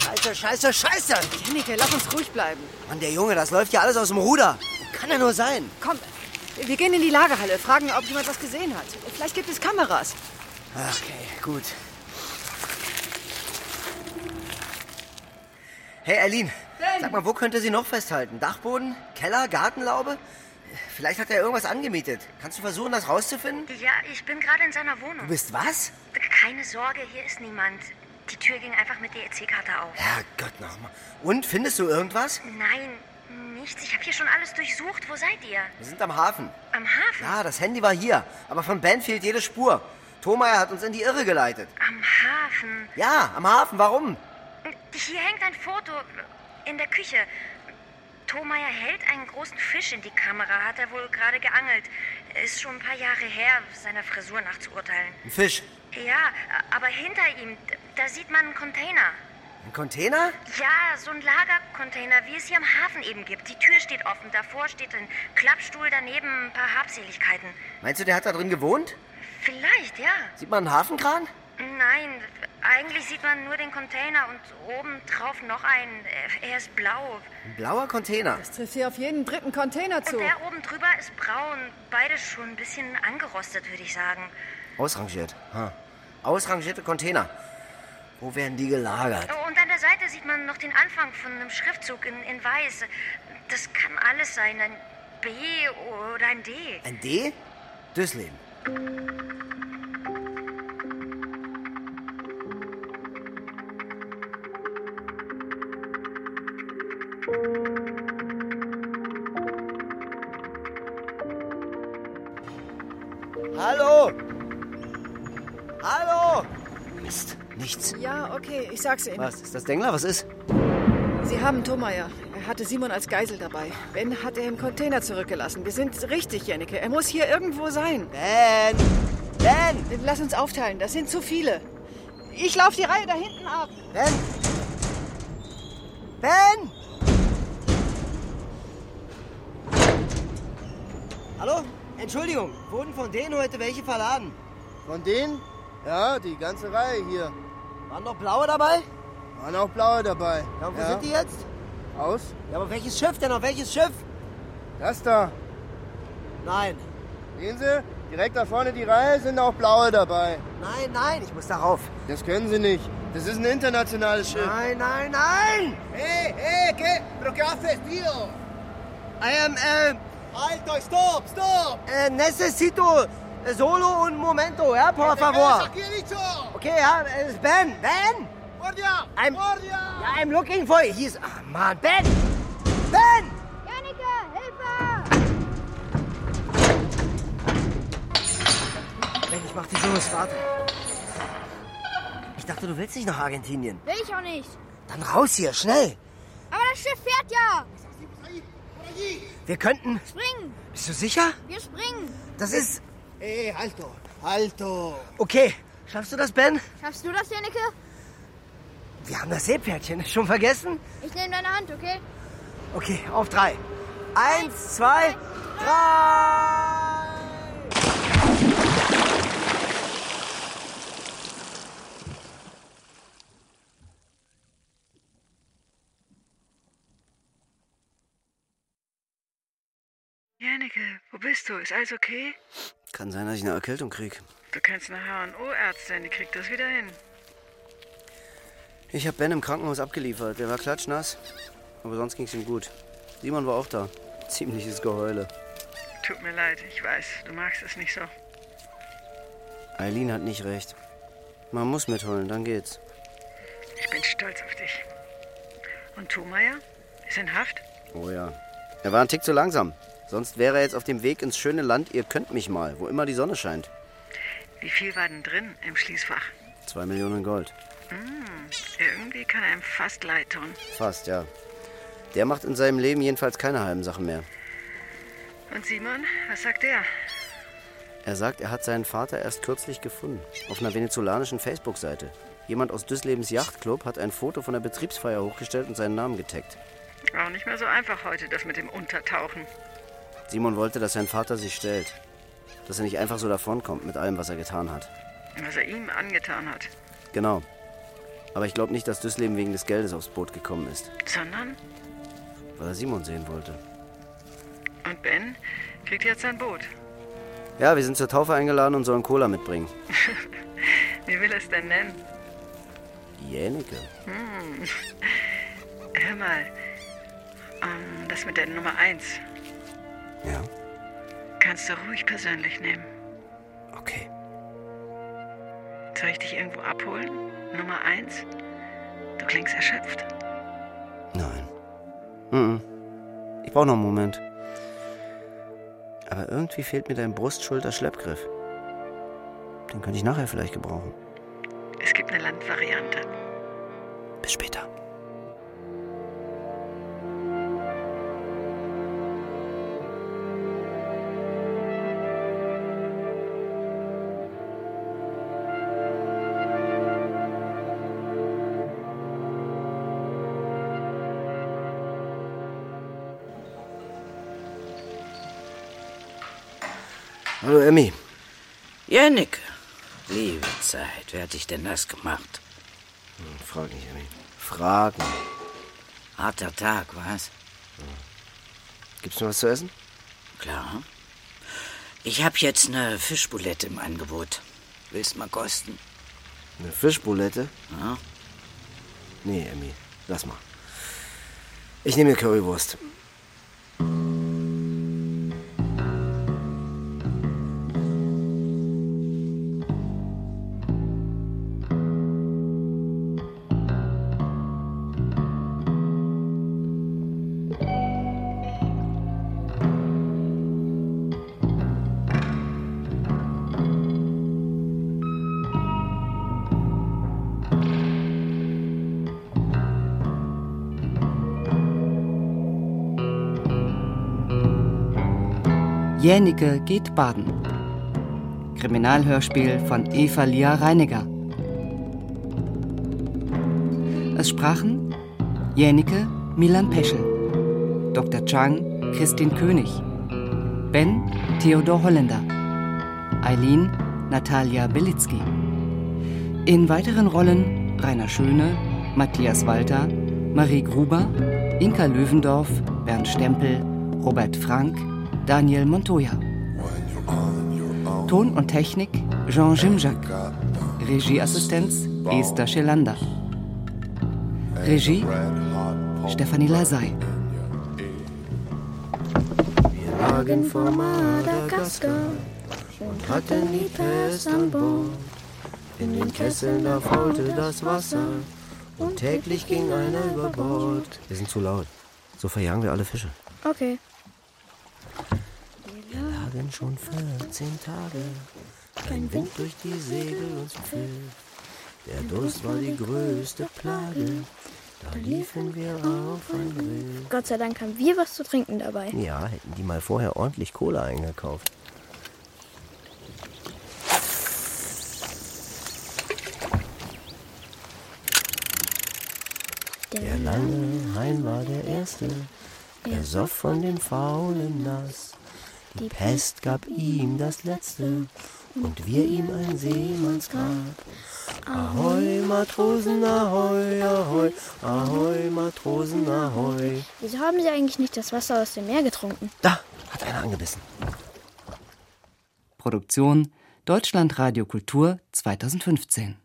C: Scheiße, scheiße, scheiße!
B: Jennike, lass uns ruhig bleiben.
C: Mann, der Junge, das läuft ja alles aus dem Ruder. Kann ja nur sein.
B: Komm, wir gehen in die Lagerhalle, fragen, ob jemand was gesehen hat. Vielleicht gibt es Kameras.
C: Ach, Okay, gut. Hey, Eileen. Sag mal, wo könnte sie noch festhalten? Dachboden? Keller? Gartenlaube? Vielleicht hat er irgendwas angemietet. Kannst du versuchen, das rauszufinden?
I: Ja, ich bin gerade in seiner Wohnung.
C: Du bist was?
I: Keine Sorge, hier ist niemand. Die Tür ging einfach mit der EC-Karte auf.
C: Herrgott nochmal. Und, findest du irgendwas?
I: Nein, nichts. Ich habe hier schon alles durchsucht. Wo seid ihr?
C: Wir sind am Hafen.
I: Am Hafen?
C: Ja, das Handy war hier. Aber von Ben fehlt jede Spur. Thomeyer hat uns in die Irre geleitet.
I: Am Hafen.
C: Ja, am Hafen. Warum?
I: Hier hängt ein Foto in der Küche. Thomeyer hält einen großen Fisch in die Kamera, hat er wohl gerade geangelt. Ist schon ein paar Jahre her, seiner Frisur nach zu urteilen.
C: Ein Fisch.
I: Ja, aber hinter ihm, da sieht man einen Container.
C: Ein Container?
I: Ja, so ein Lagercontainer, wie es hier am Hafen eben gibt. Die Tür steht offen, davor steht ein Klappstuhl, daneben ein paar Habseligkeiten.
C: Meinst du, der hat da drin gewohnt?
I: Vielleicht, ja.
C: Sieht man einen Hafenkran?
I: Nein, eigentlich sieht man nur den Container und oben drauf noch einen. Er ist blau.
C: Ein blauer Container.
B: Das trifft hier auf jeden dritten Container zu.
I: Und der oben drüber ist braun. Beide schon ein bisschen angerostet, würde ich sagen.
C: Ausrangiert. Ha. Ausrangierte Container. Wo werden die gelagert?
I: Und an der Seite sieht man noch den Anfang von einem Schriftzug in, in weiß. Das kann alles sein. Ein B oder ein D.
C: Ein D? Düsseldorf. Hallo! Hallo! Mist, nichts.
B: Ja, okay, ich sag's Ihnen.
C: Was? Ist das Dengler? Was ist?
B: Sie haben Thomeyer. Er hatte Simon als Geisel dabei. Ben hat er im Container zurückgelassen. Wir sind richtig, Jennecke. Er muss hier irgendwo sein.
C: Ben! Ben!
B: Lass uns aufteilen, das sind zu viele. Ich laufe die Reihe da hinten ab.
C: Ben! Ben! Hallo? Entschuldigung, wurden von denen heute welche verladen?
M: Von denen? Ja, die ganze Reihe hier.
C: Waren noch blaue dabei?
M: Waren auch blaue dabei.
C: Ja, und wo
M: Ja.
C: sind die jetzt?
M: Aus?
C: Ja, aber welches Schiff denn noch? Welches Schiff?
M: Das da.
C: Nein.
M: Sehen Sie? Direkt da vorne die Reihe sind auch blaue dabei.
C: Nein, nein, ich muss darauf.
M: Das können Sie nicht. Das ist ein internationales Schiff.
C: Nein, nein, nein!
M: Hey, hey, ¿qué? ¿Pero qué haces, tío? um,
C: I am, ähm... Alter, stopp, stopp! Äh, necesito äh, solo un momento, ja, por favor. Okay, ja, äh, Ben, Ben! Guardia, I'm, Guardia! I'm looking for you. He's... Ah, Mann, Ben! Ben! Janika, Hilfe! Ben, ich mach dich los, warte. Ich dachte, du willst nicht nach Argentinien.
K: Will ich auch nicht.
C: Dann raus hier, schnell!
K: Aber das Schiff fährt ja.
C: Wir könnten...
K: Springen.
C: Bist du sicher?
K: Wir springen.
C: Das
F: Äh,
C: ist...
M: Hey, alto, alto.
C: Okay, schaffst du das, Ben?
K: Schaffst du das, Jannike?
C: Wir haben das Seepferdchen schon vergessen.
K: Ich nehme deine Hand, okay?
C: Okay, auf drei. Eins, zwei, drei!
B: Janneke, wo bist du? Ist alles okay?
C: Kann sein, dass ich eine Erkältung krieg.
B: Du kannst eine HNO-Ärztin, die kriegt das wieder hin.
C: Ich habe Ben im Krankenhaus abgeliefert. Der war klatschnass. Aber sonst ging's ihm gut. Simon war auch da. Ziemliches Geheule.
B: Tut mir leid, ich weiß, du magst es nicht so.
C: Eileen hat nicht recht. Man muss mitheulen, dann geht's.
B: Ich bin stolz auf dich. Und Thomeyer? Ist in Haft?
C: Oh ja. Er war ein Tick zu langsam. Sonst wäre er jetzt auf dem Weg ins schöne Land. Ihr könnt mich mal, wo immer die Sonne scheint.
B: Wie viel war denn drin im Schließfach?
C: Zwei Millionen Gold.
B: Hm, irgendwie kann einem fast leid tun.
C: Fast, ja. Der macht in seinem Leben jedenfalls keine halben Sachen mehr.
B: Und Simon, was sagt der?
C: Er sagt, er hat seinen Vater erst kürzlich gefunden. Auf einer venezolanischen Facebook-Seite. Jemand aus Düsslebens Yachtclub hat ein Foto von der Betriebsfeier hochgestellt und seinen Namen getaggt.
B: War auch nicht mehr so einfach heute, das mit dem Untertauchen.
C: Simon wollte, dass sein Vater sich stellt. Dass er nicht einfach so davonkommt mit allem, was er getan hat.
B: Was er ihm angetan hat.
C: Genau. Aber ich glaube nicht, dass Düssleben wegen des Geldes aufs Boot gekommen ist,
B: Sondern,
C: weil er Simon sehen wollte.
B: und Ben kriegt jetzt sein Boot.
C: Ja, wir sind zur Taufe eingeladen und sollen Cola mitbringen.
B: Wie will er es denn nennen?
C: Jänike.
B: Hm. Hör mal, ähm, das mit der Nummer 1.
C: Ja?
B: Kannst du ruhig persönlich nehmen.
C: Okay.
B: Soll ich dich irgendwo abholen? Nummer 1? Du klingst erschöpft.
C: Nein. Mhm. Ich brauche noch einen Moment. Aber irgendwie fehlt mir dein Brustschulter-Schleppgriff. Den könnte ich nachher vielleicht gebrauchen.
B: Es gibt eine Landvariante.
C: Bis später. Hallo Emmy.
N: Janneke, liebe Zeit, wer hat dich denn nass gemacht?
C: Hm, Frag nicht, Emmy. Frag nicht. Hm.
N: Harter Tag, was?
C: Gibt's noch was zu essen?
N: Klar. Ich habe jetzt eine Fischbulette im Angebot. Willst mal kosten? ne?
C: Eine Fischbulette?
N: Ja.
C: Nee, Emmy. Lass mal. Ich nehme Currywurst.
D: Jänike geht baden. Kriminalhörspiel von Eva Lia Reiniger. Es sprachen Jänike Milan Peschel, Dr. Chang Christin König, Ben Theodor Holländer, Eileen Natalia Belitzky. In weiteren Rollen Rainer Schöne, Matthias Walter, Marie Gruber, Inka Löwendorf, Bernd Stempel, Robert Frank, Daniel Montoya. Ton und Technik Jean Jimjak. Regieassistenz Esther Schelander. Regie Stefanie Lasey.
O: Hagen vor Madagaskar und hatten die Pest an Bord. In den Kesseln da faulte das Wasser und täglich ging einer über Bord.
C: Wir sind zu laut. So verjagen wir alle Fische.
K: Okay.
O: Wir lagen schon 14 Tage, kein Wind durch die Segel uns pfiff. Der Durst war die größte Plage, da liefen wir auf ein Riff.
K: Gott sei Dank haben wir was zu trinken dabei.
C: Ja, hätten die mal vorher ordentlich Cola eingekauft. Der
K: äh,
C: lange Hein war der Erste, er soff von dem Faulen nass. Die Pest gab ihm das Letzte und wir ihm ein Seemannsgrab. Ahoi, Matrosen, ahoi, ahoi, ahoi, Matrosen, ahoi.
K: Wieso haben sie eigentlich nicht das Wasser aus dem Meer getrunken?
C: Da hat einer angebissen.
D: Produktion Deutschlandradio Kultur 2015.